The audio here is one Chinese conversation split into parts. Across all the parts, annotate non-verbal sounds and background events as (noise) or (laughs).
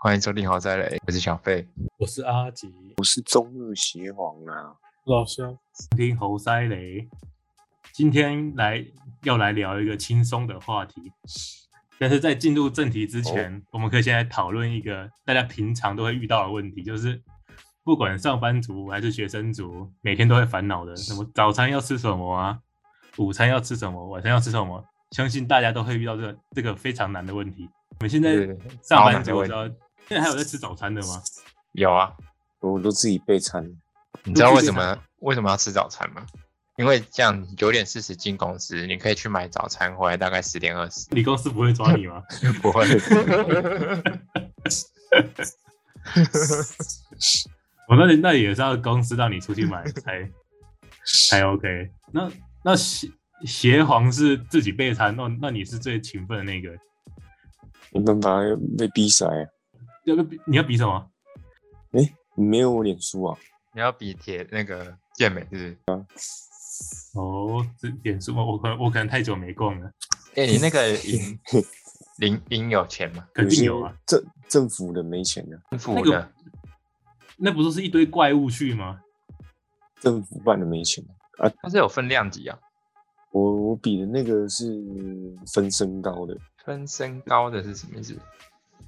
欢迎收听《豪宅雷》，我是小费。我是阿吉，是中日协皇啊，老乡。听侯塞雷，今天来要来聊一个轻松的话题，但是在进入正题之前，我们可以先来讨论一个大家平常都会遇到的问题，就是不管上班族还是学生族，每天都会烦恼的，什么早餐要吃什么啊，午餐要吃什么，晚餐要吃什么，相信大家都会遇到这个这个非常难的问题。我们现在对上超班难的族，我问题知道现在还有在吃早餐的吗？有啊，我都自己备餐。你知道为什这么为什么要吃早餐吗？因为这样九点四十进公司，你可以去买早餐，回来大概十点二十。你公司不会抓你吗？ (laughs) 不 (laughs) 会，我那那也是要公司让你出去买 (laughs) 才才 OK 那。那邪邪皇是自己备餐，那那你是最勤奋的那个。没办法，被逼死啊！要不你要比什么？你没有我脸书啊？你要比铁那个健美是不是？哦，这点数我我可能我可能太久没逛了，哎、你那 (laughs) 个赢赢赢有钱吗？肯定有啊。些政政府的没钱啊，政府那的个那不都是一堆怪物去吗？政府办的没钱啊、它是有分量级啊，我我比的那个是分身高的，分身高的是什么意思？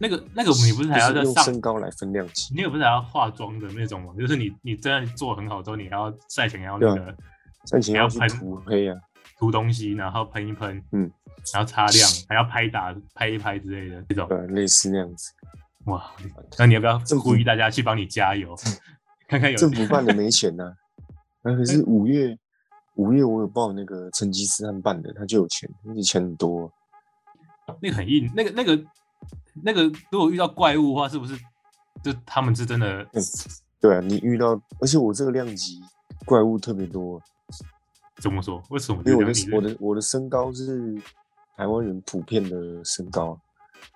那个那个你不是还要就在是用上？身高来分量级。你也不是还要化妆的那种吗？就是你你真的做很好之后，你还要赛前还要那对啊个赚钱要去还要喷涂黑啊，涂东西，然后喷一喷，嗯，然后擦亮，还要拍打拍一拍之类的这种。对啊，类似那样子。哇，那你要不要政府呼吁大家去帮你加油？ (laughs) 看看有哎政府办的没钱呐、啊，可是五月五月我有报那个成吉思汗办的，他就有钱，而且钱很多啊、 (laughs) 那个很硬，那个那个那个，如果遇到怪物的话，是不是就他们是真的嗯，对啊，你遇到，而且我这个量级怪物特别多，啊怎么说？为什么因这为我样？的你是我的我的身高是台湾人普遍的身高，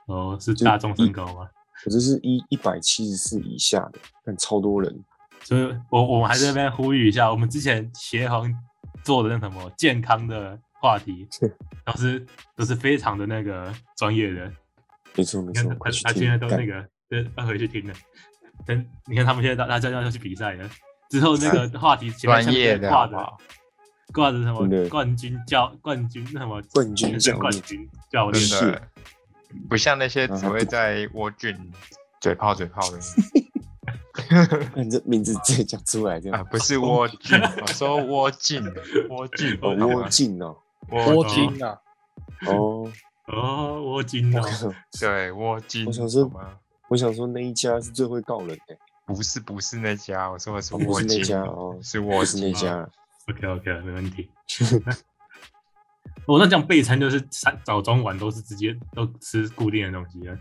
哦是就大众身高吗？我这是一一百七十四以下的，但超多人。所以我我们还在那边呼吁一下，我们之前协同做的那什么健康的话题是，都是都是非常的那个专业的，没错没你看错他，快他去他听现在都干那个，对，他回去听了。等你看他们现在大大家要去比赛了，之后那个话题前面专业下面哦的啊好不挂着好？挂着什么真的冠军教冠军那什么冠军全教身练冠军教练真是的，不像那嗯些只会在窝菌嘴炮嘴炮的 (laughs) 看这名字直接讲出来这啊，样，不是窝菌，我说窝菌，窝菌，哦，好啊窝吧镜哦，窝郭金啊，哦，哦，我金哦，对窝菌，我想说好吗？我想说那一家是最会告人的，不是不是那家，我说的是哦不窝是那菌，啊家哦，是不窝是那菌，家，啊 OK OK，没 (laughs) 问题。我、那这样备餐就是三早中晚都是直接都吃固定的东西了。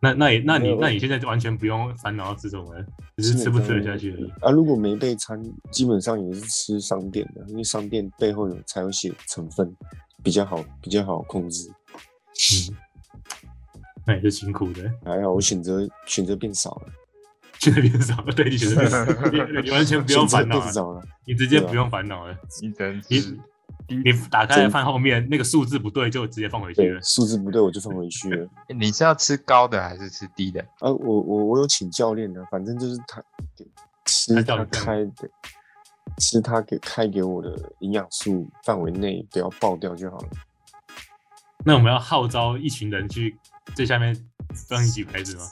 那那也那没你有那你现在就完全不用烦恼要吃什么了，只是吃不吃得下去而已。啊，如果没备餐，基本上也是吃商店的，因为商店背后有才有写成分，比较好比较好控制。嗯，那也是辛苦的，还好我选择选择变少了，选择变少了，对，(laughs) 你选择变少了，你你完全不用选择烦恼啊变了，少了，你直接啊不用烦恼了。你只能你吃你打开饭后面那个数字不对，就直接放回去对了，。数字不对我就放回去 (laughs) 了。你是要吃高的还是吃低的？啊，我我我有请教练啊，反正就是他给吃他叫他你干嘛开的，吃他给开给我的营养素范围内，不要爆掉就好了。那我们要号召一群人去最下面帮你举牌子吗？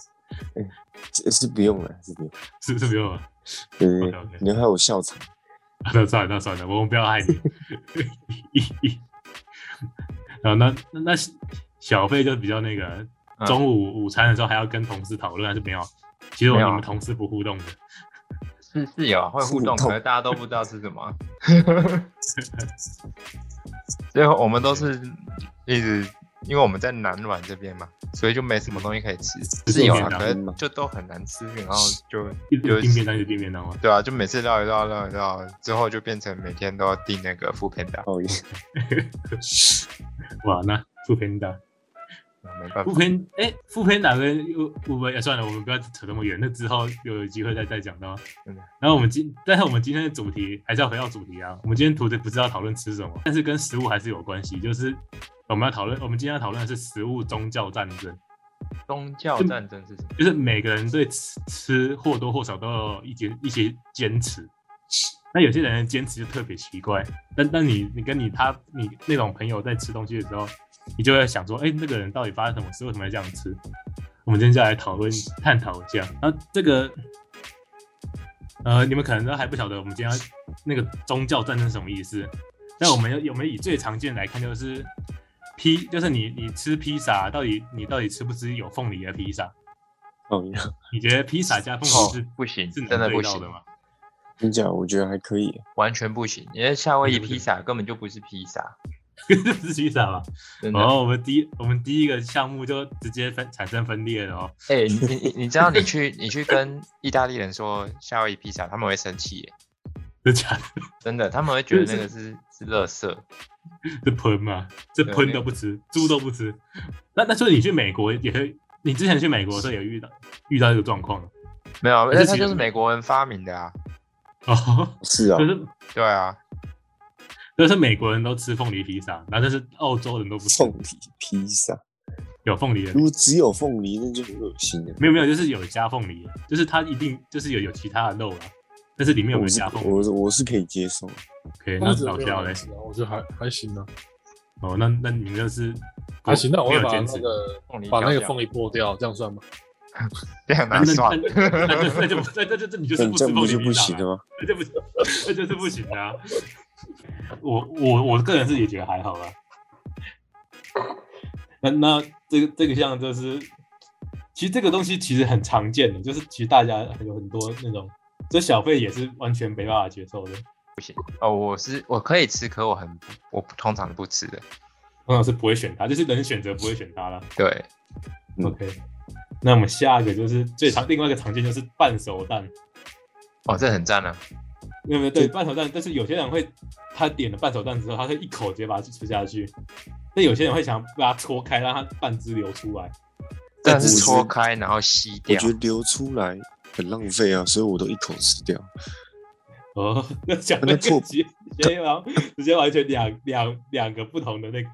是是不用了，是不用。是是不用啊。对对嗯 OK 对 OK，你要害我笑场。那算了，那算了，我们不要害你。 (laughs) 啊，那那那小费就比较那个，嗯中午午餐的时候还要跟同事讨论，还是没有？其实我没有啊你们同事不互动的，是是有会互动，互动可是大家都不知道是什 (laughs) 么。啊最后我们都是一直，因为我们在南软这边嘛，所以就没什么东西可以吃，是有啊，便当可是就都很难吃，然后就一直有订便当就订便当嘛。对啊，就每次绕一绕绕一绕，之后就变成每天都要订那个副片的，哦，也哇，那副便当，没哦办法副，片哎，副片打跟我们也算了，我们不要扯那么远，那之后有机会再再讲到真的。然后我们今，但是我们今天的主题还是要回到主题啊。我们今天主题不是要讨论吃什么，但是跟食物还是有关系，就是我们要讨论，我们今天要讨论的是食物宗教战争。宗教战争是什么？就是每个人对吃吃或多或少都有一点一些坚持。那有些人的坚持就特别奇怪，但但你你跟你他你那种朋友在吃东西的时候，你就会想说，哎、那个人到底发生什么事？为什么要这样吃？我们今天就来讨论探讨一下。那这个，呃，你们可能都还不晓得我们今天要那个宗教战争是什么意思。那我们有有没有以最常见来看，就是披，就是你你吃披萨，到底你到底吃不吃有凤梨的披萨？哦，呀你觉得披萨加凤哦梨是、，不行，是真能的对不到的行，吗？ (laughs) 真假我觉得还可以，啊完全不行，因为夏威夷不行披萨根本就不是披萨，这不是披萨吧？真的。然后我们第一我们第一个项目就直接分产生分裂了哦。哎、你你你你知道你去你去跟意大利人说夏威夷披萨，他们会生气耶，这假的真的，他们会觉得那个是是垃圾。这喷嘛，这对啊喷那都不吃，猪都不吃。那那所以你去美国也会，你之前去美国的时候有遇到遇到这个状况吗 (laughs) 没有，可是那其它实就是美国人发明的啊。哦，是啊就，是对啊，就是美国人都吃凤梨披萨，然后但是澳洲人都不吃凤梨披萨，有凤梨的如，果只有凤梨，那就很恶心的。没有没有，就是有加凤梨的，就是它一定就是有有其他的肉啦，但是里面有我没有是加凤梨我是我是可以接受的， ？OK，我那只老没有肖嘞很，喜欢我觉得还还行啊，哦，那那你们就是还行。那我没会有把坚持那。个凤梨把那挑个掉凤梨剥掉，这样算吗？ (laughs) 这样那哪那算？那那就那就那那就这你就是但不这吃样凤不梨就披不萨行嘛了吗？那就不，那就是不行啊。我我我个人是也觉得还好啦。啊那那这个这个项就是，其实这个东西其实很常见的，就是其实大家有很多那种，这小费也是完全没办法接受的，哦，我是我可以吃，可我很不我不通常不吃的。通常是不会选它，就是人选择不会选它了。对，嗯 OK，那我们下一个就是最常另外一个常见就是半熟蛋，哦，这很赞啊。没有没有对对半熟蛋，但是有些人会他点了半熟蛋之后，他会一口直接把它吃下去，但有些人会想把它戳开，让它半汁流出来。但是我搓觉得开然后吸我掉觉，得流出来很浪费啊，所以我都一口吃掉。哦， (laughs) 那讲那那个错直接直接完直接完全两两两个不同的那个，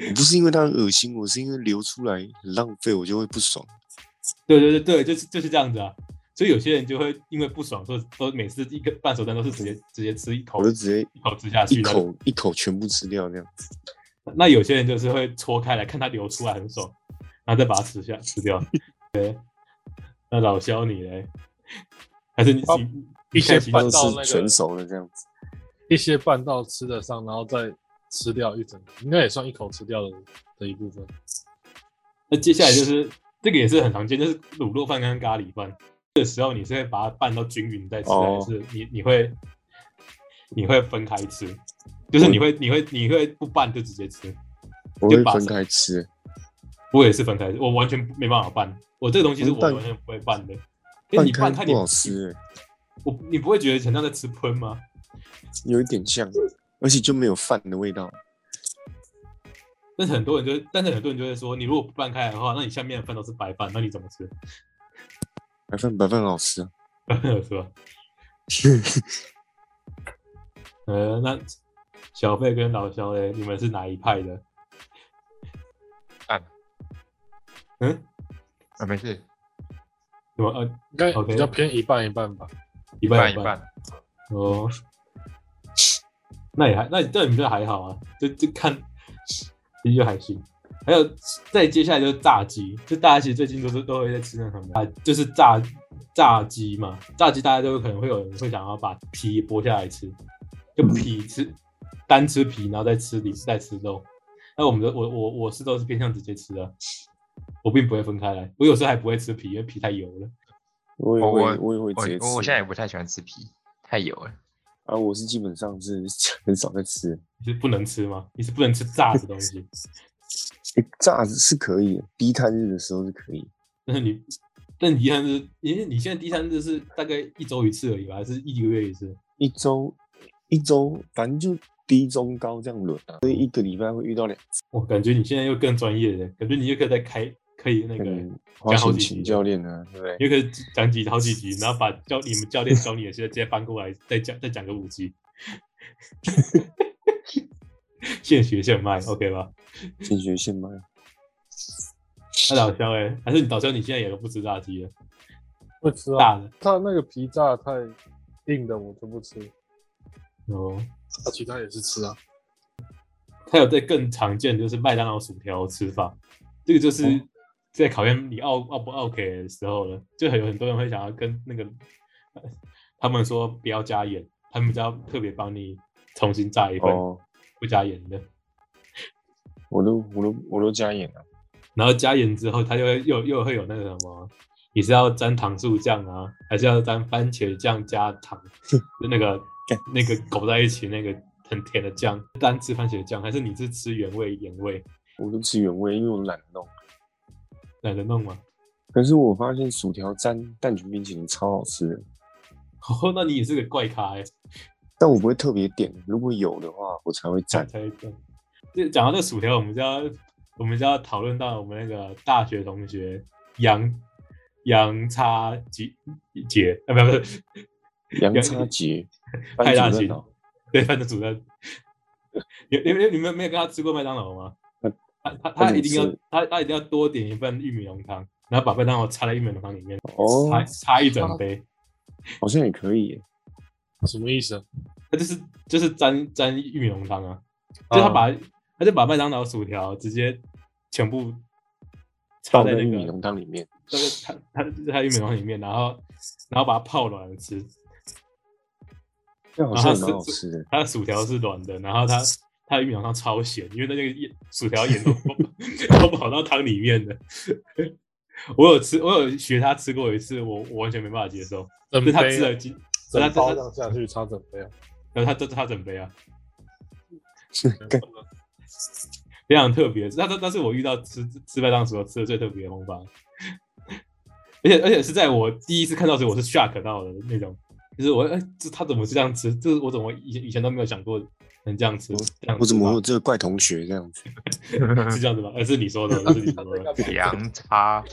我不是因为它很恶心，我是因为流出来很浪费，我就会不爽。对对对对，就是就是这样子啊。所以有些人就会因为不爽，说都每次一个半熟蛋都是直接直接吃一口我就直接一口吃下去一的。口一口全部吃掉那样。那有些人就是会搓开来看它流出来很爽，然后再把它吃下吃掉。对，那老肖你嘞？还是你啊你一些你看拌都到那是个全熟的这样子，一些拌到吃得上，然后再吃掉一整个，应该也算一口吃掉的的一部分。那接下来就是这个也是很常见，就是卤肉饭跟咖喱饭。这个时候你是会把它拌到均匀再吃，哦还是你你会你会分开吃？就是你会你会你会不拌就直接吃？我就会把分开吃。我也是分开吃，我完全没办法拌。我这个东西是我嗯拌完全不会拌的，因为拌你开拌它你不好吃、欸，我你不会觉得很像在吃喷吗？有一点像，而且就没有饭的味道。但是很多人就，但是很多人就会说，你如果不拌开的话，那你下面的饭都是白饭，那你怎么吃？白饭白饭很好吃啊， (laughs) 是吧？呃，那小费跟老肖嘞，你们是哪一派的？干嗯，啊，没事，什么呃，应该 OK 比较偏一半一半吧。一一半半一半。哦。那也还，那这你这还好啊，就就看，其实就还行。还有再接下来就是炸鸡，就大家其实最近都是都会在吃那什么啊，就是炸炸鸡嘛，炸鸡大家都可能会有人会想要把皮剥下来吃，就皮吃单吃皮，然后再吃里再吃肉。那我们的我我我是都是偏向直接吃的，我并不会分开来，我有时候还不会吃皮，因为皮太油了。我也我会，我也会我直接吃。我我现在也不太喜欢吃皮，太油了。啊，我是基本上是 (laughs) 很少在吃。你是不能吃吗？你是不能吃炸的东西，欸、炸子是可以的，低碳日的时候是可以。 (laughs) 但是你，但你第三次，因为你现在第三次是大概一周一次而已吧，还是一个月一次？一周一周，反正就低中高这样轮啊，所以一个礼拜会遇到两次。我感觉你现在又更专业了，感觉你又可以再开，可以那个，嗯，花讲好钱几请集教练啊，对不对？又可以讲几好几集，然后把教你们教练教你的，现 (laughs) 在直接翻过来再讲，再讲个五集，现学现卖，OK 吧？现学现卖。那老肖哎、还是你老肖你现在也不吃炸鸡了？不吃啊，大的它那个皮炸太硬的我就不吃，哦，啊，其他也是吃啊。还有在更常见就是麦当劳薯条吃法，这个就是哦在考验你傲傲不傲 K 的时候了，就很有很多人会想要跟那个呃他们说不要加盐，他们就要特别帮你重新炸一份、哦，不加盐的，我都我都我都加盐了、啊然后加盐之后，它就会又又会有那个什么，你是要沾糖醋酱啊，还是要沾番茄酱加糖，就那个干那个搞在一起那个很甜的酱，单吃番茄酱，还是你是吃原味盐味，我都吃原味，因为我懒得弄。懒得弄吗？可是我发现薯条沾蛋卷冰淇淋超好吃的，哦，那你也是个怪咖哎、但我不会特别点，如果有的话我才会才 (laughs) 沾。才对。这讲到这薯条，我们就要我们就要讨论到我们那个大学同学杨杨叉姐姐啊，不不是杨叉 (laughs) 节，派大班主星任哦， (laughs) 对班的主任。你你你你们没有跟他吃过麦当劳吗嗯？他他他他怎一么定要吃他他一定要多点一份玉米浓汤，然后把麦当劳插在玉米浓汤里面，插哦，插一整杯。好像也可以耶。什么意思啊？他就是就是沾沾玉米浓汤啊，哦就他把、他就把麦当劳薯条直接全部插倒在在那玉个米浓汤里面，那个他他就是他玉米浓汤里面，然后然后把它泡软了吃，啊那好像也蛮好吃的。它的薯条是软的，然后它它的玉米浓汤超咸，因为那个盐薯条盐都 (laughs) 都跑到汤里面的。 (laughs) 我有吃，我有学他吃过一次，我我完全没办法接受，整就是他杯吃了啊几，整他包他这样下去，差整杯啊。然后他他他整杯 (laughs) 啊，干 (laughs) 非常特别。那那那是我遇到吃吃麦当劳时候吃的最特别的方法，而且而且是在我第一次看到的时候，我是 shock 到的那种，就是我哎，这他怎么是这样吃？这我怎么以前以前都没有想过能这样吃？这样我怎么会吃有这个怪同学这样子？吧 (laughs) 是这样子吗？呃而是 (laughs) 你说的，是你他说在的。干嘛羊叉，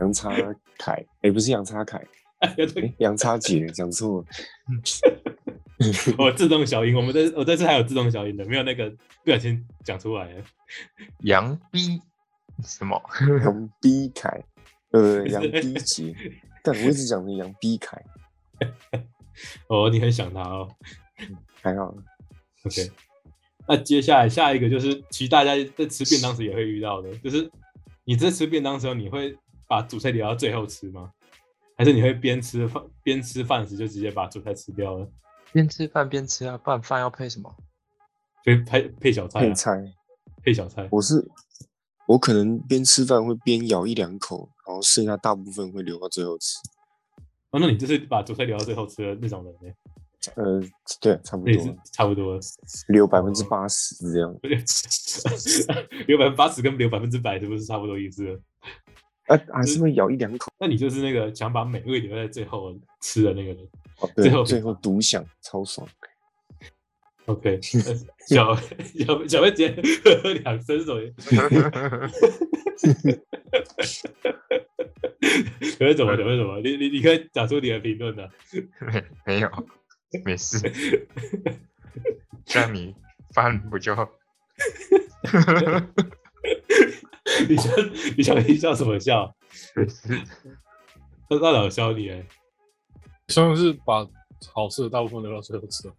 杨叉凯，哎、不是杨叉凯，哎、杨叉姐，讲错 (laughs) 了。我自动消音，我们这我这次还有自动消音的，没有那个不小心讲出来了。羊逼，什么？杨逼凯，呃， (laughs) 不是杨逼杰，但我一直讲成杨逼凯，哦，你很想他哦。还好。 OK，那接下来下一个就是，其实大家在吃便当时也会遇到的，就是你在吃便当的时候，你会把主菜留到最后吃吗？还是你会边吃饭边吃饭时就直接把主菜吃掉了，边吃饭边吃啊，不然饭要配什么？所以配配小菜、配啊，菜，配小菜。我是我可能边吃饭会边咬一两口，然后剩下大部分会留到最后吃。哦，那你就是把主菜留到最后吃的那种人呢？呃，对，差不那也多是哦了，差不多了， (laughs) 留百分之八十这样。留百分之八十跟留百分之百是不是差不多意思了？啊，还是会咬一两口。那你就是那个想把美味留在最后吃的那个人。哦最对，后最后独享，超爽。 (laughs) OK，呃小小小妹直接喝两升水，小妹怎么怎么怎么？你你你可以讲出你的评论的、啊没有，没事。像你饭不就？你想你想你笑什么笑？没事。那那老笑你哎、像是把好吃的大部分留到最后吃啊，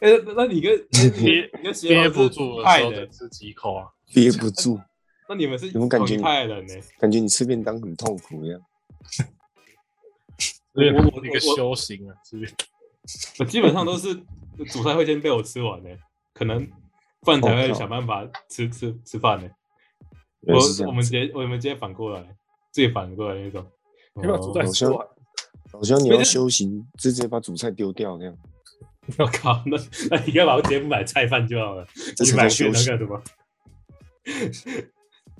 哎、那那你跟你你跟憋不住的派时候再啊的，吃几口啊。憋不 (laughs) 住，那你们是有没有感觉同派人呢、感觉你吃便当很痛苦一样。所以我我我一个我修行啊，是不是？我基本上都是主菜会先被我吃完呢、可能饭哦才会想办法吃吃吃饭呢、原我来是这我样们直子。接我们直接反过来，最反过来那种。哦你把主菜吃完，好像你没要事修行，直接把主菜丢掉那样，我靠，那那你干嘛直接不买菜饭就好了？ (laughs) 这你才买叫便修当行干。什么？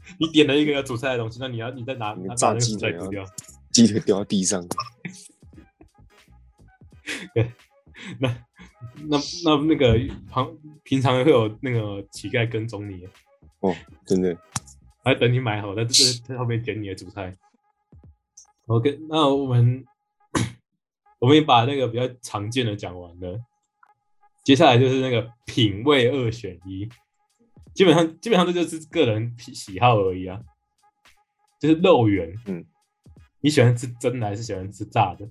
(laughs) 你点了一个有主菜的东西，那你要你再拿你拿炸把那个鸡主菜腿啊丢掉，鸡腿掉到地上，那那那那个旁平常会有那个乞丐跟踪你，真的。还等你买好，(laughs) 但是在后面捡你的主菜。OK，那我们 (coughs) 我们也把那个比较常见的讲完了，接下来就是那个品味二选一，基本上基本上这就是个人喜喜好而已啊。就是肉圆。嗯，你喜欢吃蒸的还是喜欢吃炸的？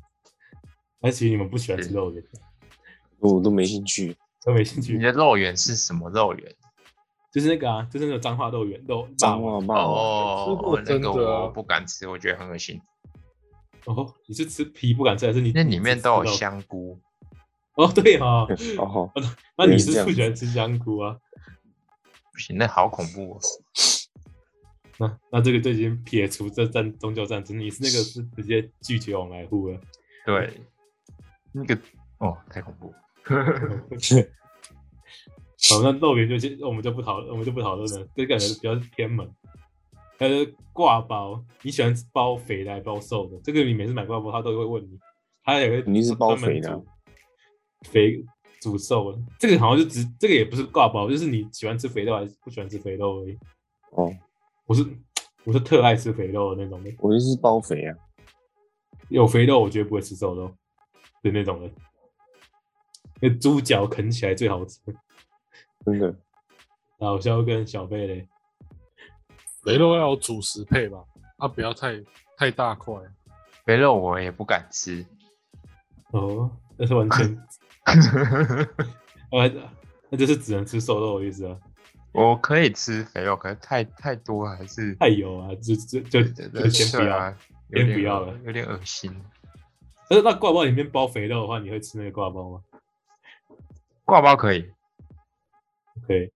而且你们不喜欢吃肉圆，我都没兴趣。都没兴你趣。的肉圆是什么肉圆？就是那个啊，就是那个脏话肉圆肉炸脏丸。话骂我，吃过哦，那真的个啊我不敢吃，我觉得很恶心。哦，你是吃皮不敢吃，还是你那里面都有？你只吃肉香菇，哦，对哦，好好，那你对是这样不喜欢吃香菇啊？不行，那好恐怖、哦。那那这个就已经撇除这战宗教战争，你是那个是直接拒绝往来户了。对，那个哦，太恐怖。好，那肉圆就先我们就不讨我们就不讨论了，这感觉比较偏门。还有就是挂包，你喜欢吃包肥的还是包瘦的？这个你每次买挂包，他都会问你，他也会肯定是包专门肥的啊煮，肥煮瘦的。这个好像就只这个也不是挂包，就是你喜欢吃肥肉还是不喜欢吃肥肉而已。哦，我是我是特爱吃肥肉的那种人，我就是包肥啊，有肥肉我绝对不会吃瘦肉的那种人。那猪脚啃起来最好吃。真的。老肖跟小贝嘞，肥肉要有主食配吧，啊，不要太太大块。啊肥肉我也不敢吃，哦，那是完全呃，那就是只能吃瘦肉的意思啊，我可以吃肥肉，可是太太多还是太油啊，就就就就先不对要。啊，有先不点要了有点恶心。但是那挂包里面包肥肉的话，你会吃那个挂包吗？挂包可以，可以。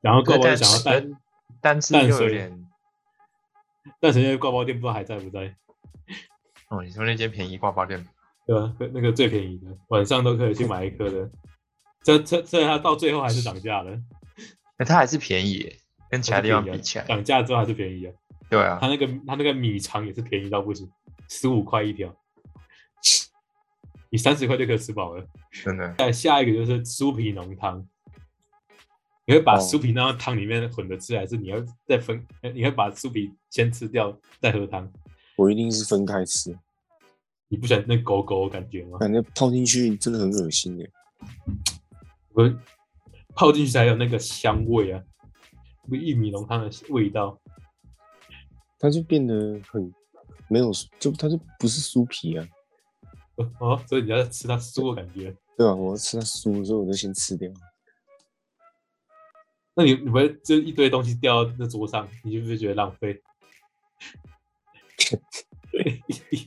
然后挂包就但想要但蛋，单吃淡又有水点。但神仙挂包店不知道还在不在，哦，你说那间便宜挂包店，对吧、那那个最便宜的，晚上都可以去买一颗的。 (laughs) 这这虽然它到最后还是涨价了，那哎它还是便宜耶，跟其他地方还是便宜比啊起来，涨价之后还是便宜啊。对啊它，那个它那个米肠也是便宜到不行，十五块一条，你三十块就可以吃饱了。真的。再下一个就是酥皮浓汤，你会把哦酥皮弄到汤里面混着吃，还是你要再分？呃你会把酥皮先吃掉再喝汤？我一定是分开吃，你不喜欢那狗狗的感觉吗？感觉泡进去真的很恶心的。不是，泡进去才有那个香味啊，那个玉米浓汤的味道。它就变得很没有，就它就不是酥皮啊，呃哦，所以你要吃它酥的感觉。对吧、我要吃它酥，所以我就先吃掉。那你你不会这一堆东西掉到那桌上，你就不会觉得浪费？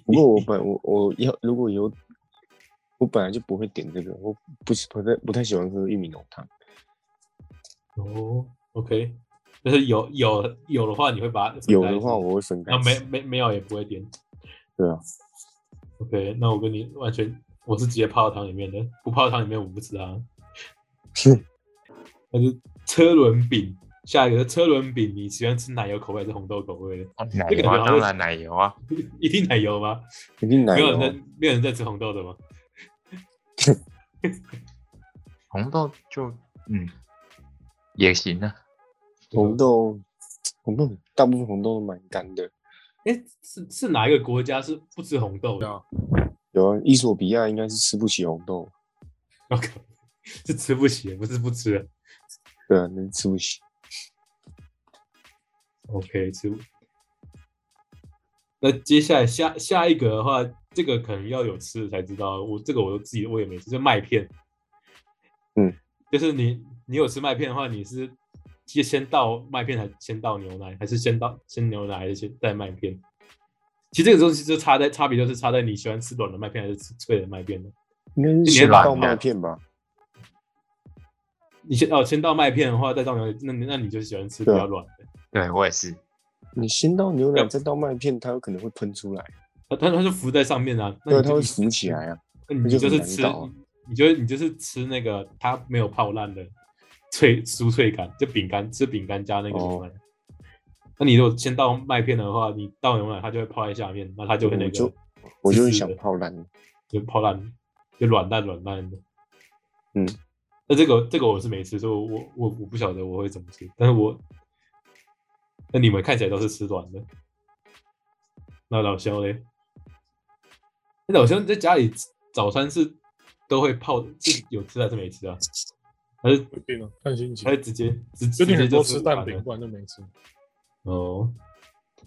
不过我本我我要如果有，我本来就不会点这个，我不喜不太不太喜欢喝玉米浓汤，哦，OK，但是有有有的话，你会把它分有开的吃话我会分开然后没吃。没没有也不会点。对啊， OK，那我跟你完全，我是直接泡到汤里面的，不泡到汤里面我不 (laughs) 吃啊。那就车轮饼，下一个是车轮饼，你喜欢吃奶油口味还是红豆口味的？ (laughs) 哦奶这个油好啊，像当会然奶油啊，一定奶油吗？肯定奶没有油人在没有人在吃红豆的吗？红豆就嗯也行啊。红豆，红豆大部分红豆都蛮干的。哎，是是哪一个国家是不吃红豆对的？啊，有啊，伊索比亚应该是吃不起红豆，我靠， (laughs) 是吃不起，不是不吃。对啊，那吃不起。 OK，吃不。那接下来下下一个的话，这个可能要有吃的才知道。我这个我都自己我也没吃，就麦片。嗯， (laughs) 就是你你有吃麦片的话，你是先先倒麦片，还是先倒牛奶，还是先倒先牛奶，还是先再麦片？其实这个东西就差在差别就是差在你喜欢吃软的麦片还是吃脆的麦片呢？应该是年先老倒了啊麦片嗯吧？你先哦先倒麦片的话，再倒牛奶，那你那你就喜欢吃比对啊较软的。对我也是，你先倒牛奶，要再倒麦片，它有可能会喷出来，它它它就浮在上面啊，那对啊，你它就会一嗯浮起来啊。那你那就就很是难吃搞啊，你就你就是吃那个它没有泡烂的脆酥脆感，就饼干吃饼干加那个牛哦奶。那你如果先倒麦片的话，你倒牛奶它就会泡在下面，那它就会那我嗯个就我就会湿湿的想泡烂。就泡烂，就软烂软烂的。嗯，那这个这个我是没吃，所以我我我不晓得我会怎么吃，但是我那你们看起来都是吃软的，那老肖嘞？那老肖你在家里早餐是都会泡，是有吃还是没吃啊？还是不一定了，啊看心情还。是直接直最直近接很就多吃吃完蛋饼，了不然就没吃。哦。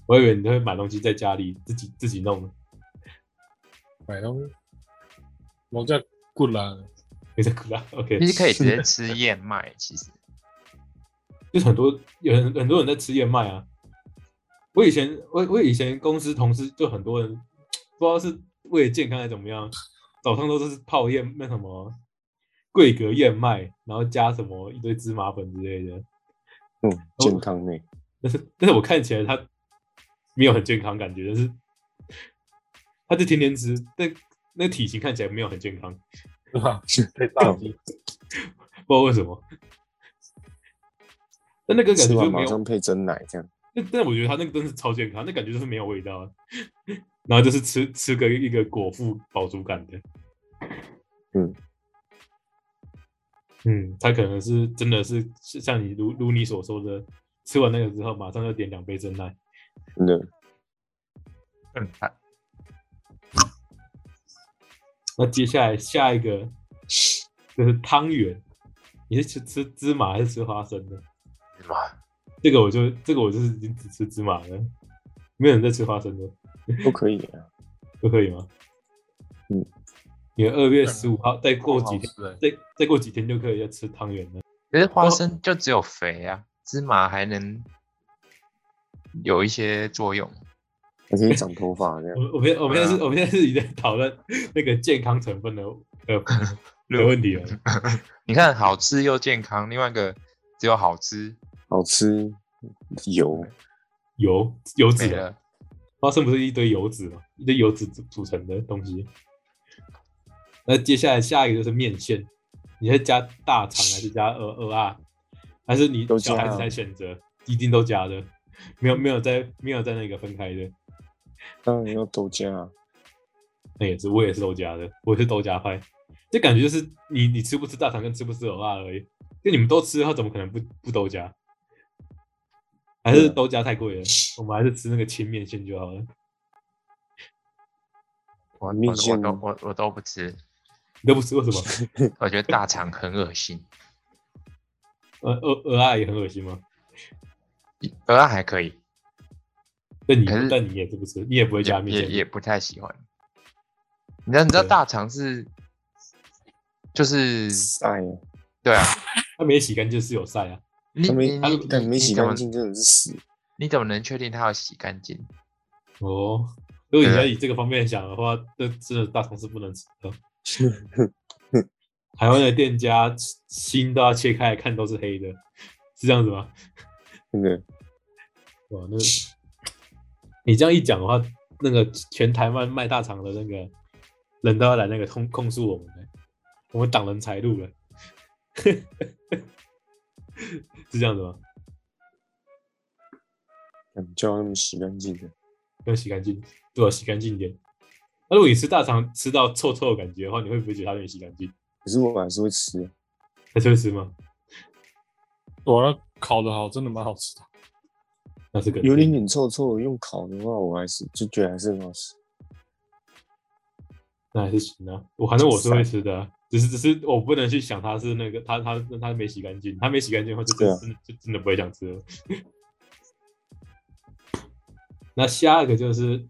我以为你会买东西在家里自己自己 (laughs) 弄，买东西，我叫固兰，没在苦啦。OK，其实可以直接吃燕麦，其实就是很多有很很多人在吃燕麦啊。我以前我我以前公司同事就很多人，不知道是为了健康还是怎么样，早上都是泡燕那什么桂格燕麦，然后加什么一堆芝麻粉之类的。嗯，哦健康呢、但是但是我看起来它没有很健康感觉，但是它就天天吃，但那个体型看起来没有很健康，对吧？可以大 (laughs) 鸡，不知道为什么。但那个感觉吃就完没马有上配真奶这样。但但我觉得它那个真是超健康，那感觉就是没有味道啊，然后就是吃吃个一个果腹饱足感的，嗯嗯，它可能是真的是是像你如如你所说的，吃完那个之后马上就点两杯真奶，真的，更惨。那接下来下一个就是汤圆，你是吃吃芝麻还是吃花生的？哇，这个我就这个我就是已经只吃芝麻了，没有人在吃花生的。不可以啊。都可以吗？嗯，你们二月十五号再过几天，好好吃欸再再过几天就可以要吃汤圆了。可是花生就只有肥啊，芝麻还能有一些作用。还可以长头发这样。我我们我们现在是，对我们现在是已经在讨论那个健康成分的的的问题了。你看，好吃又健康，另外一个只有好吃好吃，油油油脂没啊，了。花生不是一堆油脂嘛，一堆油脂组组成的东西。那接下来下一个就是面线，你是加大肠还是加鹅鹅啊？还是你都加小啊孩子才选择？一定都加的，没有没有在没有在那个分开的。当然要都加啊。那也是，我也是豆家的，我也是豆家派。这感觉就是你你吃不吃大肠跟吃不吃鹅啊辣而已，就你们都吃，他怎么可能不不豆家？还是对啊豆家太贵了，我们还是吃那个清面线就好了。我面我我线都我我都不吃，你都不吃为什么？我觉得大肠很恶心，呃，鹅鹅辣也很恶心吗？鹅啊还可以，但你可是但你也是不吃，你也不会加也面也线。也不太喜欢。你知道你知道对大肠是就是晒啊，对啊，它没洗干净是有晒啊，你他你没你但没你洗怎么干净真的是屎。你怎么能确定它要洗干净？哦。如果你对啊要以这个方面想的话，那真的大肠是不能吃的。 (laughs) 台湾的店家心都要切开来看都是黑的，是这样子吗？真的，哇，那你这样一讲的话，那个全台湾卖大肠的那个人都要来那个控控诉我们了，我们挡人财路了， (laughs) 是这样子吗？嗯叫他们洗干净的。要洗干净，对啊吧、洗干净一点。那如果你吃大肠吃到臭臭的感觉的话，你会不会觉得它没洗干净？可是我还是会吃，啊还是会吃吗？我要烤的好，真的蛮好吃的。那是肯定有点点臭臭的。用烤的话，我还是就觉得还是很好吃。那还是行啊。我反正我是会吃的啊，只是只是我不能去想它是那个它它它没洗干净，它没洗干净的话就真对啊真的就真的不会想吃了。 (laughs) 那下一个就是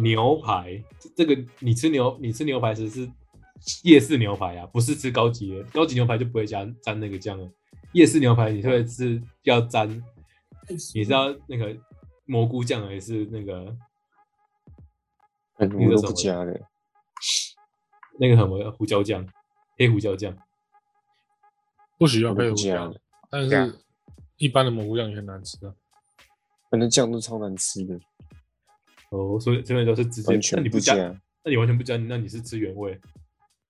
牛排，这这个你吃牛你吃牛排时是夜市牛排啊，不是吃高级的，高级牛排就不会加沾那个酱了。夜市牛排你会是要沾，你是要那个蘑菇酱还是那个但你我都是什不么加的，那个什么胡椒酱，黑胡椒酱？不喜我都欢配不胡加椒的，。但对啊是一般的蘑菇酱也很难吃的。啊反正酱都超难吃的，哦，所以这边都是直接，完那全你不加，加。那你完全不加，那你是吃原味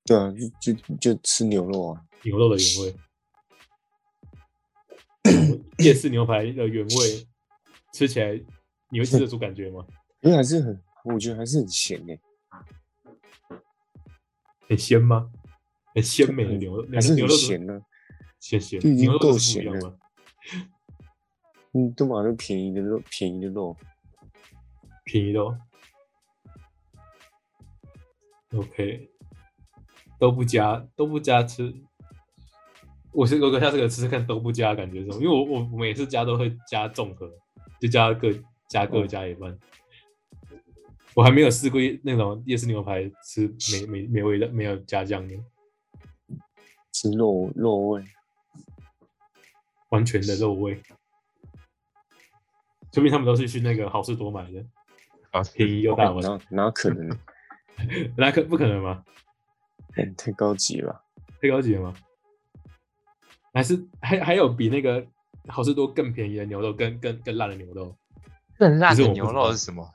对啊，就就就吃牛肉啊，牛肉的原 (coughs) 味，哦夜市牛排的原味，吃起来你会吃得出感觉吗？因为还是很，我觉得还是很咸欸诶、很鲜吗？很鲜美的嗯牛肉，那 (laughs) 还是个牛很肉是咸啊。咸咸，就已经牛肉够都是不咸一样了吗？嗯，都买那便宜的肉，便宜的肉，便宜的哦。OK，都不加都不加吃，我是我下次可以吃吃看都不加的感觉是什么？因为我我我每次加都会加综合，就加各加各加一半。我还没有试过夜那种夜市牛排吃没没没味道，没有加酱的，吃肉肉味，完全的肉味。说明他们都是去那个好事多买的，啊，便宜又大碗，哪哪可 (laughs) 能？那可不可能吗？嗯太高级了吧，太高级了吗？还是还还有比那个好事多更便宜的牛肉，更更更烂的牛肉？更烂其实的我不牛知肉道是什么？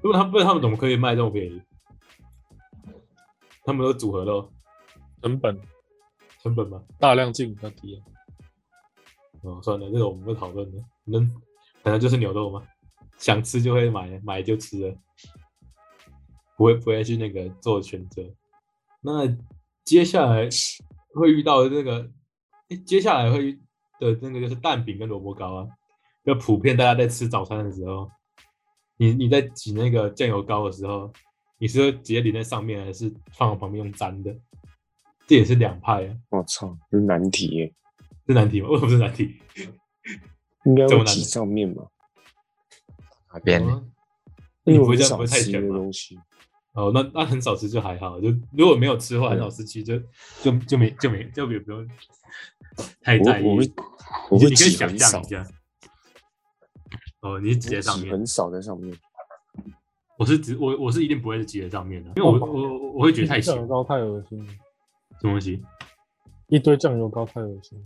不然他不然他们怎么可以卖这么便宜？他们都组合肉，成本成本吗？大量进口低啊，哦，算了，这个我们不讨论了。能，反正就是牛肉嘛，想吃就会买，买就吃了，不会不会去那个做选择。那接下来会遇到的那个，诶接下来会遇的那个就是蛋饼跟萝卜糕啊，就普遍大家在吃早餐的时候，你你在挤那个酱油膏的时候，你是会直接淋在上面，还是放在旁边用粘的？这也是两派啊，我操，这是难题耶，是难题吗？为什么是难题？应该这么会难挤的上面吧？哪边？你因为不我会很这少样不会太吃卷的吗东西，哦，那那很少吃就还好，就如果没有吃的话，很少吃其实就就就没就没就也不用太我在意。我会我会你就你可挤以想很象少一，下，哦，你是挤在上挤面，很少在上面，我是只我我是一定不会挤在上面的，因为哦我我我我会觉得 (laughs) 太咸酱，油膏太恶心了，什么东西一堆酱油膏太恶心了。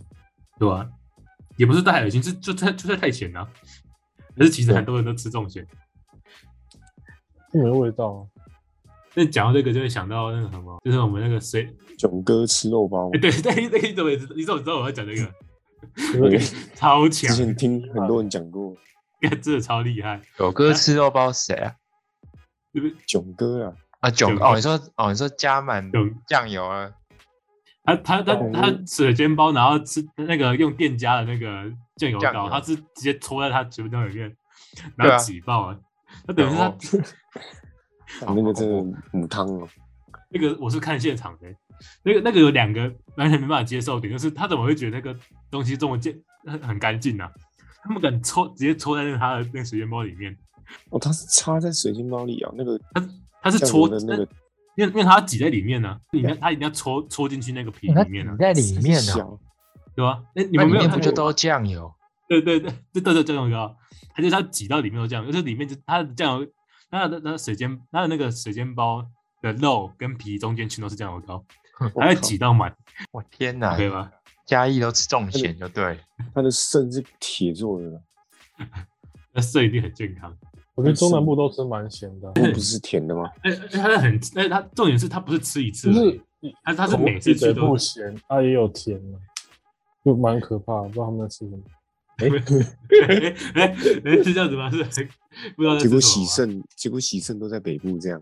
对吧、也不是太恶心，是就太就是太咸了、啊。可是其实很多人都吃这种咸。就没味 (laughs) 道、啊。那讲到这个，就会想到那个什么，就是我们那个谁，囧哥吃肉包嘛哎，对 (laughs) 对对，你怎么也知你怎么知道我要讲这个？我对超之强，前听很多人讲 (laughs) 过真的超厉害，狗哥吃肉包谁啊？对不对？囧哥啊，啊，囧囧哥哦，你说哦，你说加满有酱油啊？他他他哦他水煎包，然后吃那个用店家的那个酱油酱膏，油他是直接戳在他嘴巴里面，对然啊哦后挤爆了。那等于是然他后干那个真的母汤哦，那个我是看现场的，那个那个有两个完全没办法接受的点，就是他怎么会觉得那个东西这么健很很干净呢、啊他们敢戳直接戳在那个他的那个水煎包里面，哦，它是插在水晶包里啊，那个他是酱油戳的那个因为因为他挤在里面呢、你看他一定要戳戳进去那个嗯皮里面呢、啊在里面啊哦呢、小，对吧、哎，你那们里没面有看不过就都酱油？对对对，对对对，酱油膏，它就是它挤到里面都酱油，就是里面就它的酱油，它的它的水煎它的那个水煎包的肉跟皮中间全都是酱油膏，我它会靠挤到满，我天哪可！以吧？嘉义都吃重咸就对了，它的肾是铁做 (laughs) 的啦，那这一定很健康。我觉得中南部都吃蛮咸的啊，那不是甜的吗？哎，哎它是很，哎，它重点是它不是吃一次就而已，是它它是每次吃口味都不咸，它也有甜啊，就蛮可怕的，不知道他们在吃什么。哎哎哎是这样子吗？是不知道在结吃果什喜么吗肾，结果喜肾都在北部这样，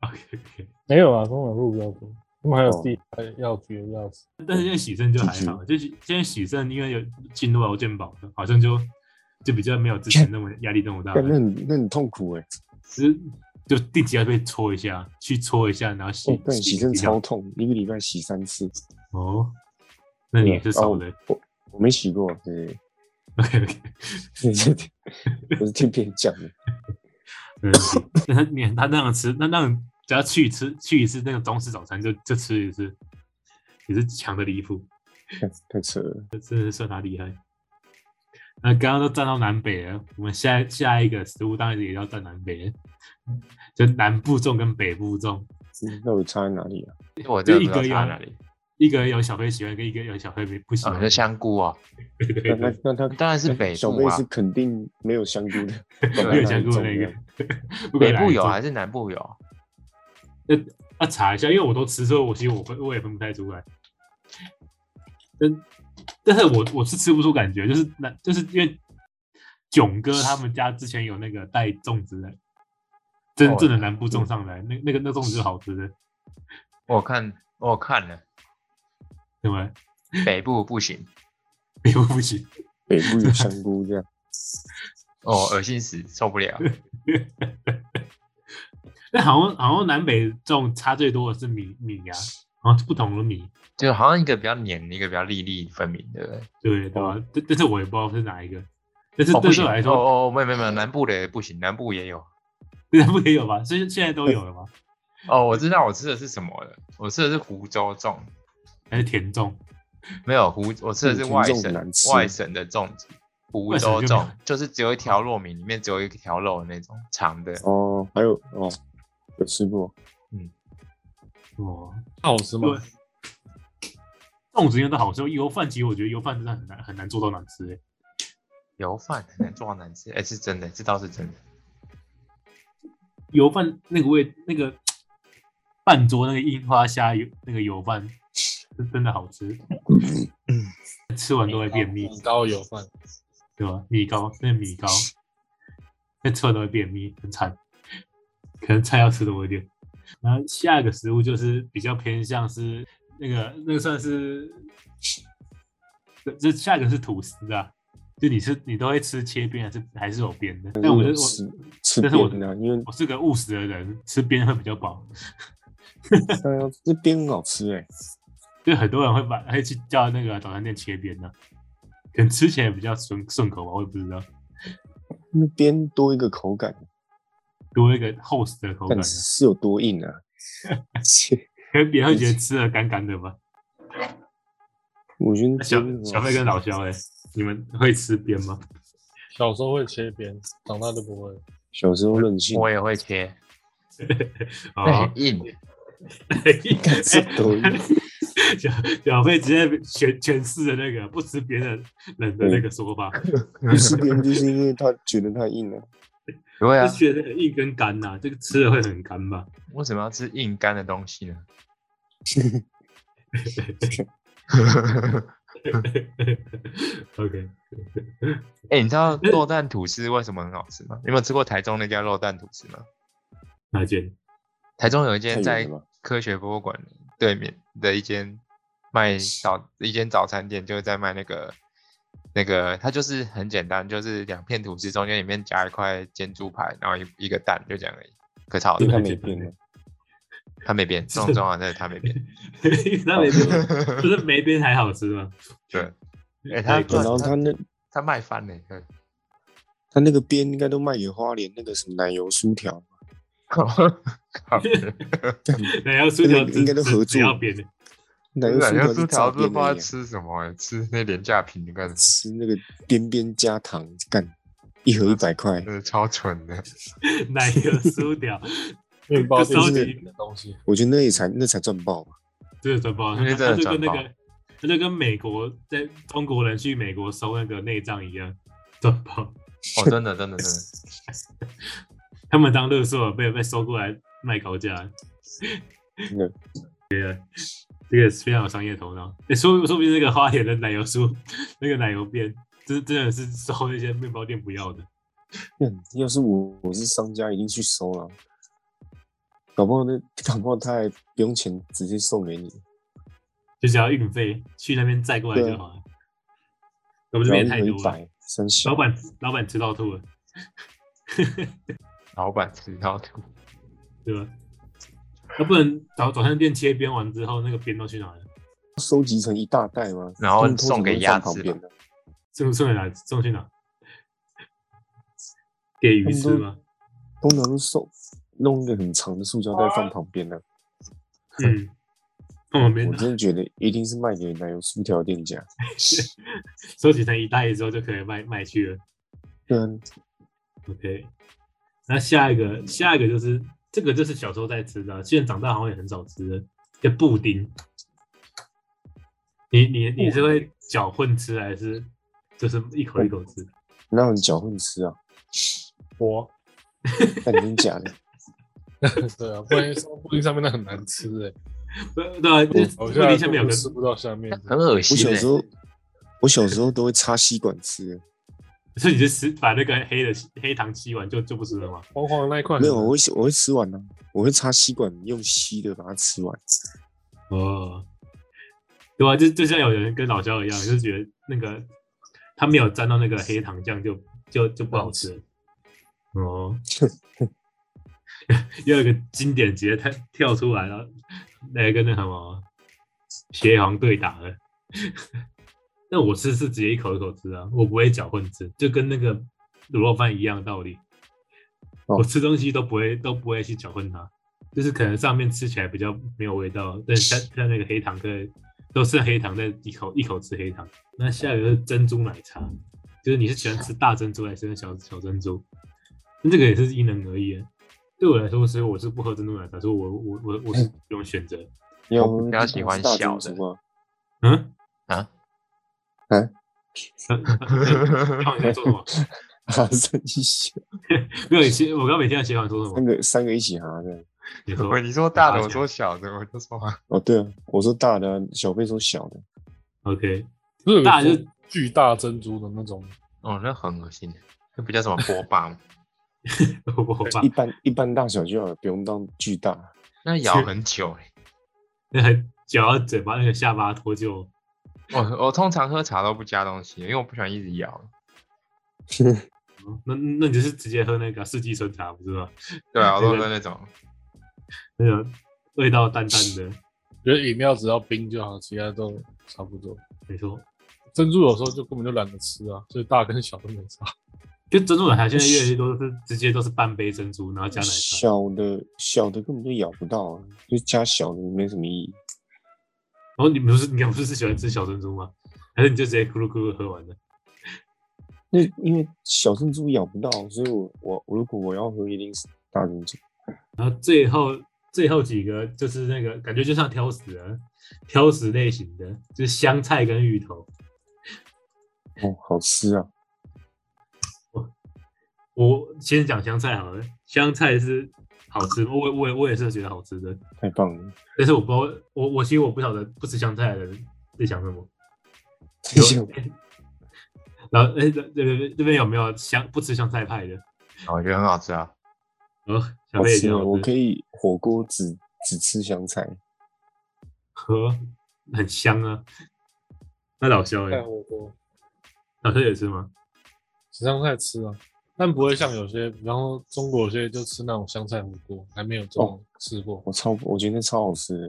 ？OK OK，没有啊，中南部比较多，他们还有地药局的药吃，但是现在喜胜就还好，就是现在喜胜因为有进入劳健保了，好像就就比较没有之前那么压力那么大了但。那很那很痛苦哎，只是就定期要被搓一下，去搓一下，然后洗哦，但洗洗肾洗掉超痛，一个礼拜洗三次，哦。那你也是少的哦我我没洗过，对， (laughs) ，OK OK，对对对，我是听别人讲的， (laughs) 没问题。那他你他那样吃，那那样只要去一次去一次那个中式早餐就就吃一次，也是强的离谱，太太扯了，这真的是算他厉害。那刚刚都站到南北了，我们下下一个食物当然也要站南北了，就南部粽跟北部粽，嗯那我差在哪里啊？我真的一不知道个差有哪里。一个有小飞喜欢，跟一个有小飞没不喜啊，欢就。香菇啊，对对那对，那那他当然是北小部妹啊是，肯定没有香菇的， (laughs) 没有香菇那个， (laughs) 不北管哪部一有啊种还是南部有？要查一下，因为我都吃，所以我其实我分我也分不太出来。但但是我我是吃不出感觉，就是那就是因为囧哥他们家之前有那个带粽子的，哦真正的南嗯部粽上来，那那个那粽子就好吃的，我看我看了，对吗？北部不行，北部不行，北部有香菇这样，哦，恶心死，受不了。那好像好像南北粽差最多的是米米呀、啊，好像不同的米，就好像一个比较黏，一个比较粒粒分明，对不对？对对吧？但但是我也不知道是哪一个，但是哦哦，不对行我来哦说，哦，哦没有没有没有，南部的也不行，南部也有。对 (laughs) 不也有吧？所以现在都有了吗？哦，我知道我吃的是什么了，我吃的是湖州粽，还是甜粽？没有湖，我吃的是嗯外甜粽很难省吃外省的粽子，湖外省州就没有粽就是只有一条糯米，里面只有一条肉的那种长的。哦，还有哦，有吃过哦，那好吃对吗？，粽子应该都好吃。油饭其实我觉得油饭真的很难很难做到难吃、欸，油饭很难做到难吃，哎、是真的，这倒是真的。油饭那个味那个半桌那个樱花虾油那个油饭是真的好吃，吃完都会便秘，米糕有饭，对吧？米糕那米糕，那吃完都会便秘，很惨。可能菜要吃多一点。然后下一个食物就是比较偏向是那个那个算是，这这下一个是吐司啊，就你是你都会吃切边还是还是有边的？但我有就我吃吃但是我边啊，因为我是个务实的人，吃边会比较饱，对啊，这边很好吃哎、就很多人会把会去叫那个早餐店切边的、可能吃起来比较顺顺口吧，我也不知道，那边多一个口感，多一个厚实的口但感啊，是有多硬 (laughs) 啊？切可能别人会觉得吃的干干的吧。我觉得那小边很好小妹吃跟老肖哎、你们会吃边 (laughs) 吗？小时候会切边，长大就不会了。小时候任性，我也会 (laughs) 切，那啊很，硬，干 (laughs) 这多硬， (laughs) 小小妹直接诠诠释了那个不吃别人人的那个说法，不 (laughs) (laughs) 是边就是因为他觉得太硬了、不会啊就？觉得很硬跟干呐、这个吃了会很干吧？为什么要吃硬干的东西呢？ OK，哎、你知道肉蛋吐司为什么很好吃吗？你有没有吃过台中那家肉蛋吐司吗？那见。 (laughs) 台中有一太间在远了吧？科学博物馆对面的一间卖早一间早餐店，就是在卖那个那个，它就是很简单，就是两片吐司中间里面夹一块煎猪排，然后一一个蛋，就这样而已。可超好因吃为对，他没变了，它没变，这种状况真的它 (laughs) 没变。那没边不是没边还好吃吗？对，哎、它太夸它然后他那它卖翻了、 (laughs) 对他那个边应该都卖给花莲那个什么奶油酥条， (laughs) 靠奶油酥条只应该都合作只只要边的，奶油奶油酥酥条条不知是道炸边在的耶吃什么、欸吃那廉价品，你看，吃那个边边加糖干。一盒一百块，真的超蠢的。奶油酥条，面包店烧是鸡你的东西，我觉得那也才那才赚爆吧。这个转包，因为它真的就转跟那包个，它就跟美国在中国人去美国收那个内脏一样，转包，哦，真的，真的，真的。他们当乐色被被收过来卖高价， (laughs) 啊那这个是非常有商业头脑。欸、说说不定那个花莲的奶油酥， (laughs) 那个奶油边，真真的是收那些面包店不要的。嗯要是我我是商家，一定去收了。搞不好那搞不好他还不用钱，直接送给你。就只要运费去那边载过来就好了。我们这然后一边也太盒多一了，百，三小老。板老板吃到吐了，老板吃到吐。对吧？那不能早早餐店切边完之后，那个边都去哪了？收集成一大袋吗？然后他们通常送给会鸭放旁子边的，送送给哪？送去哪？给鱼吃吗？通常都送弄一个很长的塑胶袋放旁边的。嗯，放旁边我真的觉得一定是卖给奶油酥条店家。收集成一袋之后就可以卖卖去了。对啊， OK，那下一个下一个就是这个就是小时候在吃的啊、现在长大好像也很少吃的，叫布丁。你你你是会搅混吃还是就是一口一口吃？那你搅混吃啊？我，但真假 (laughs) 的？ (laughs) 对啊，布丁上布丁上面那很难吃哎，对对啊，就是我布现在丁下面有都个吃不到下面的，很恶我心、小欸。 (laughs) 时候，我小时候都会插吸管吃。所以你就吃把那个黑的黑糖吸完就就不吃了吗？黄黄的那一块没有，我会我会吃完呢、我会插吸管用吸的把它吃完。哦，对啊，就就像有人跟老肖一样，就是觉得那个他没有沾到那个黑糖酱就就就不好吃了。哦， (laughs) 又有一个经典直接跳跳出来 (laughs) 了，那个跟那什么协航对打了。但我吃是直接一口一口吃啊，我不会搅混吃，就跟那个卤肉饭一样道理。哦我吃东西都不会都不会去搅混它，就是可能上面吃起来比较没有味道，但 (laughs) 像像那个黑糖跟都剩黑糖，再一口一口吃黑糖。那下一个是珍珠奶茶，就是你是喜欢吃大珍珠还是小小珍珠？那这个也是因人而异啊。对我来说，所以我是不喝珍珠奶茶，所以我我我我是不用选择。你有我哦比较喜欢大小珍的珠 (laughs) 吗？嗯，啊，呃呃 (laughs) 小你在做什么？哈三一起， (laughs) 没有，你先我刚没听到协管说什三么。个三个一起哈的。你说喂，你说大我的，发我现说小的，我就说啊哦，对啊，我说大的啊，小贝说小的。 OK？不是有大一就种巨大珍珠的那种，哦，那很恶心，那不叫什么波霸吗，我不好吧一？般一般大小就好了，不用到巨 (laughs) 大。那咬很久欸那还嚼到嘴巴那个下巴脱臼，哦我我通常喝茶都不加东西，因为我不喜欢一直咬。嗯那那你就是直接喝那个四季春茶不是吗？对啊，我都这喝个那种。那个味道淡淡的，觉得饮料只要冰就好，其他都差不多。没错。珍珠有时候就根本就懒得吃啊，所以大跟小都没差。就珍珠奶茶现在越来越多是直接都是半杯珍珠，然后加奶茶。小的小的根本就咬不到啊，就加小的没什么意义。然后你不是你不是喜欢吃小珍珠吗？还是你就直接咕噜咕噜喝完的？那因为小珍珠咬不到，所以我我我如果我要喝，一定是大珍珠。然后最后最后几个就是那个感觉就像挑食啊，挑食类型的就是香菜跟芋头。嗯哦，好吃啊！我先讲香菜好了，香菜是好吃，我我也我也是觉得好吃的，太棒 (laughs) 了！但是我不知道，我我其实我不晓得不吃香菜的人在想什么。这就然后，哎、这这边这边有没有香不吃香菜派的？我觉得很好吃啊，哦，小好贝也觉吃得啊！我好可吃，以火锅只只吃香菜，喝很香啊。那老肖哎，火锅，老肖也吃吗？吃香菜吃啊，但不会像有些，然后中国有些就吃那种香菜火锅，还没有这种吃过。我超我觉得超好吃的。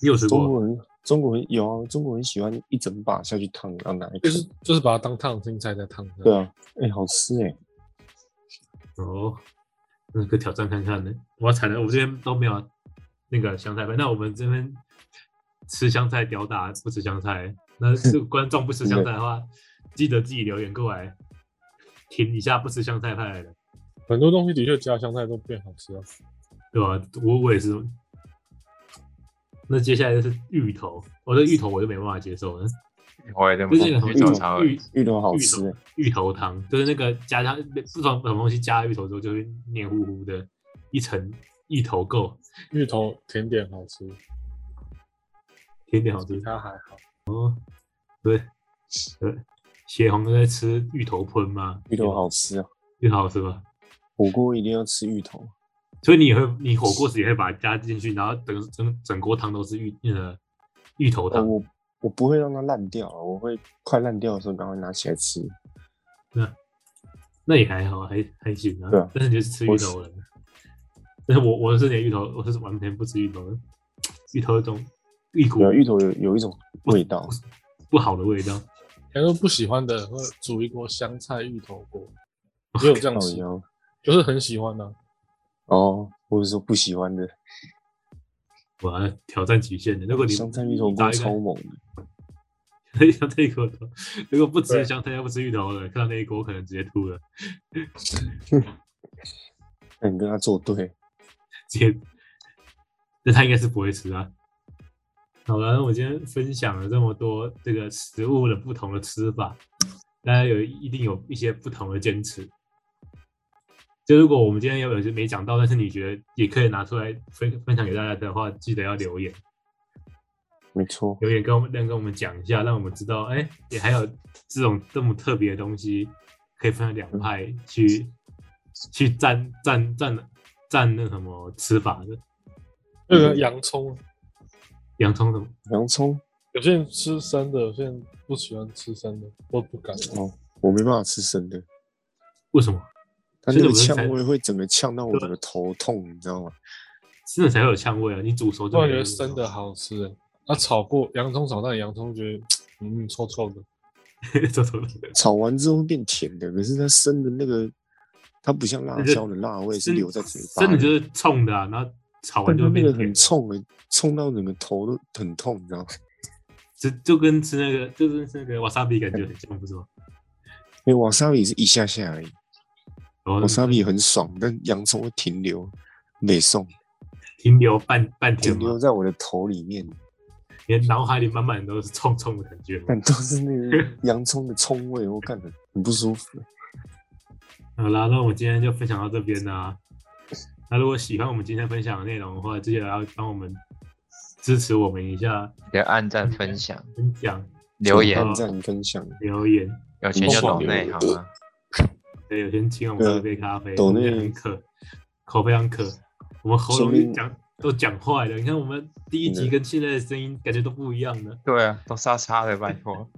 你有吃中过？国人中国人有啊，中国人喜欢一整把下去烫，啊然后拿来就啃。是就是把它当烫青菜在烫。对啊，哎、好吃哎、哦，那个挑战看看呢。我要惨了，我这边都没有啊那个香菜派。那我们这边吃香菜屌打，不吃香菜。那是观众不吃香菜的话，记得自己留言过来，停一下不吃香菜派的人，很多东西的确加香菜都变好吃啊。对吧、我我也是。那接下来就是芋头，我、哦、这芋头我就没办法接受了。我也这么就是那说。个去找茶芋味，芋头好芋吃、头欸，芋头汤，就是那个加上不管什么东西加了芋头之后，就会黏糊糊的一层一头垢，芋头甜点好吃，甜点好吃其。他还好。对，对，血红在吃芋头喷吗？芋头好，吃啊！芋头好吃吧？火锅一定要吃芋头，所以你也会，你火锅时也会把它加进去，然后整整整锅汤都是芋呃芋头哦、汤。我我不会让它烂掉啊，我会快烂掉的时候赶快拿起来吃。嗯那也还好，还还行啊。对啊但是你就是吃芋头了。但是我我是连芋头，我是完全不吃芋头的，芋头有种一股有啊芋头有有一种味道，不好的味道。然后不喜欢的会煮一锅香菜芋头锅，也有这样烤吃，腰就是很喜欢的、啊。哦，或者说不喜欢的我要挑战极限的。如果你香菜芋头你打锅一个超猛的， (laughs) 香菜锅头，如果不吃对香菜，要不吃芋头了，看到那一锅我可能直接吐了，那哎你跟他作对，直接。那他应该是不会吃啊。好了，那我今天分享了这么多这个食物的不同的吃法，大家有一定有一些不同的坚持。就如果我们今天有有些没讲到，但是你觉得也可以拿出来分分享给大家的话，记得要留言。没错，留言跟我们让跟我们讲一下，让我们知道，哎、也还有这种这么特别的东西，可以分成两派嗯去去站站站站那什么吃法的，那个洋葱，啊洋葱什么，洋葱有些人吃生的，有些人不喜欢吃生的，我不敢。哦，我没办法吃生的，为什么它生的那个不是呛才味会整个呛到我对整个头痛，你知道吗？真的才会有呛味啊？你煮熟就我没觉有得生的好吃、欸，啊，炒过洋葱炒蛋，洋葱觉得嗯臭臭的， (laughs) 走走走，炒完之后会变甜的，可是它生的那个，它不像辣椒的辣味是留在嘴巴，真的就是冲的啊，然后炒完就那变个甜很，冲诶、冲到整个头都很痛，你知道吗？就就跟吃那个就跟吃那个 wasabi 感觉很像，不是吗？因为瓦萨比是一下下而已，然后瓦萨比很爽，但洋葱会停留，美 (laughs) 送停留半半天停嘛留，在我的头里面，你的脑海里满满都是冲冲的感觉嘛。但都是那 (laughs) 个洋葱的葱味，我感觉很不舒服。好啦，那我们今天就分享到这边啦。那如果喜欢我们今天分享的内容的话，记得要帮我们支持我们一下，你的按赞、分享、分享、留言，按赞、分享，留言。有钱就疯抖狂内好吗？对，有天请我们喝一杯咖啡，啊抖我们内也很渴，口非常渴，我们喉说咙不定讲都讲坏了。你看我们第一集真的跟现在的声音感觉都不一样了。对啊，都沙沙的，拜托，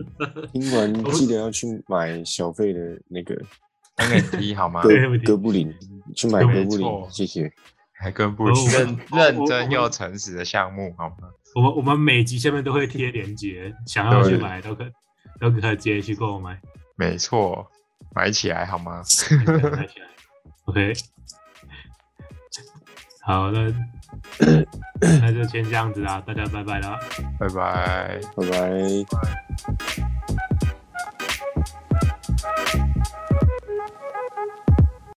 听完记得要去买小费的那个当然低好吗？哥 (laughs) 对不起哥布林，去买哥没布错林，谢谢。还跟不哦我认认我真我又诚实的项目好吗？我们我们每集下面都会贴链接，想要去买都可都可以直接去购买，没错，买起来好吗？ (laughs) 买起来买起来。OK，好，那那就先这样子啦，大家拜拜啦。拜拜。拜拜。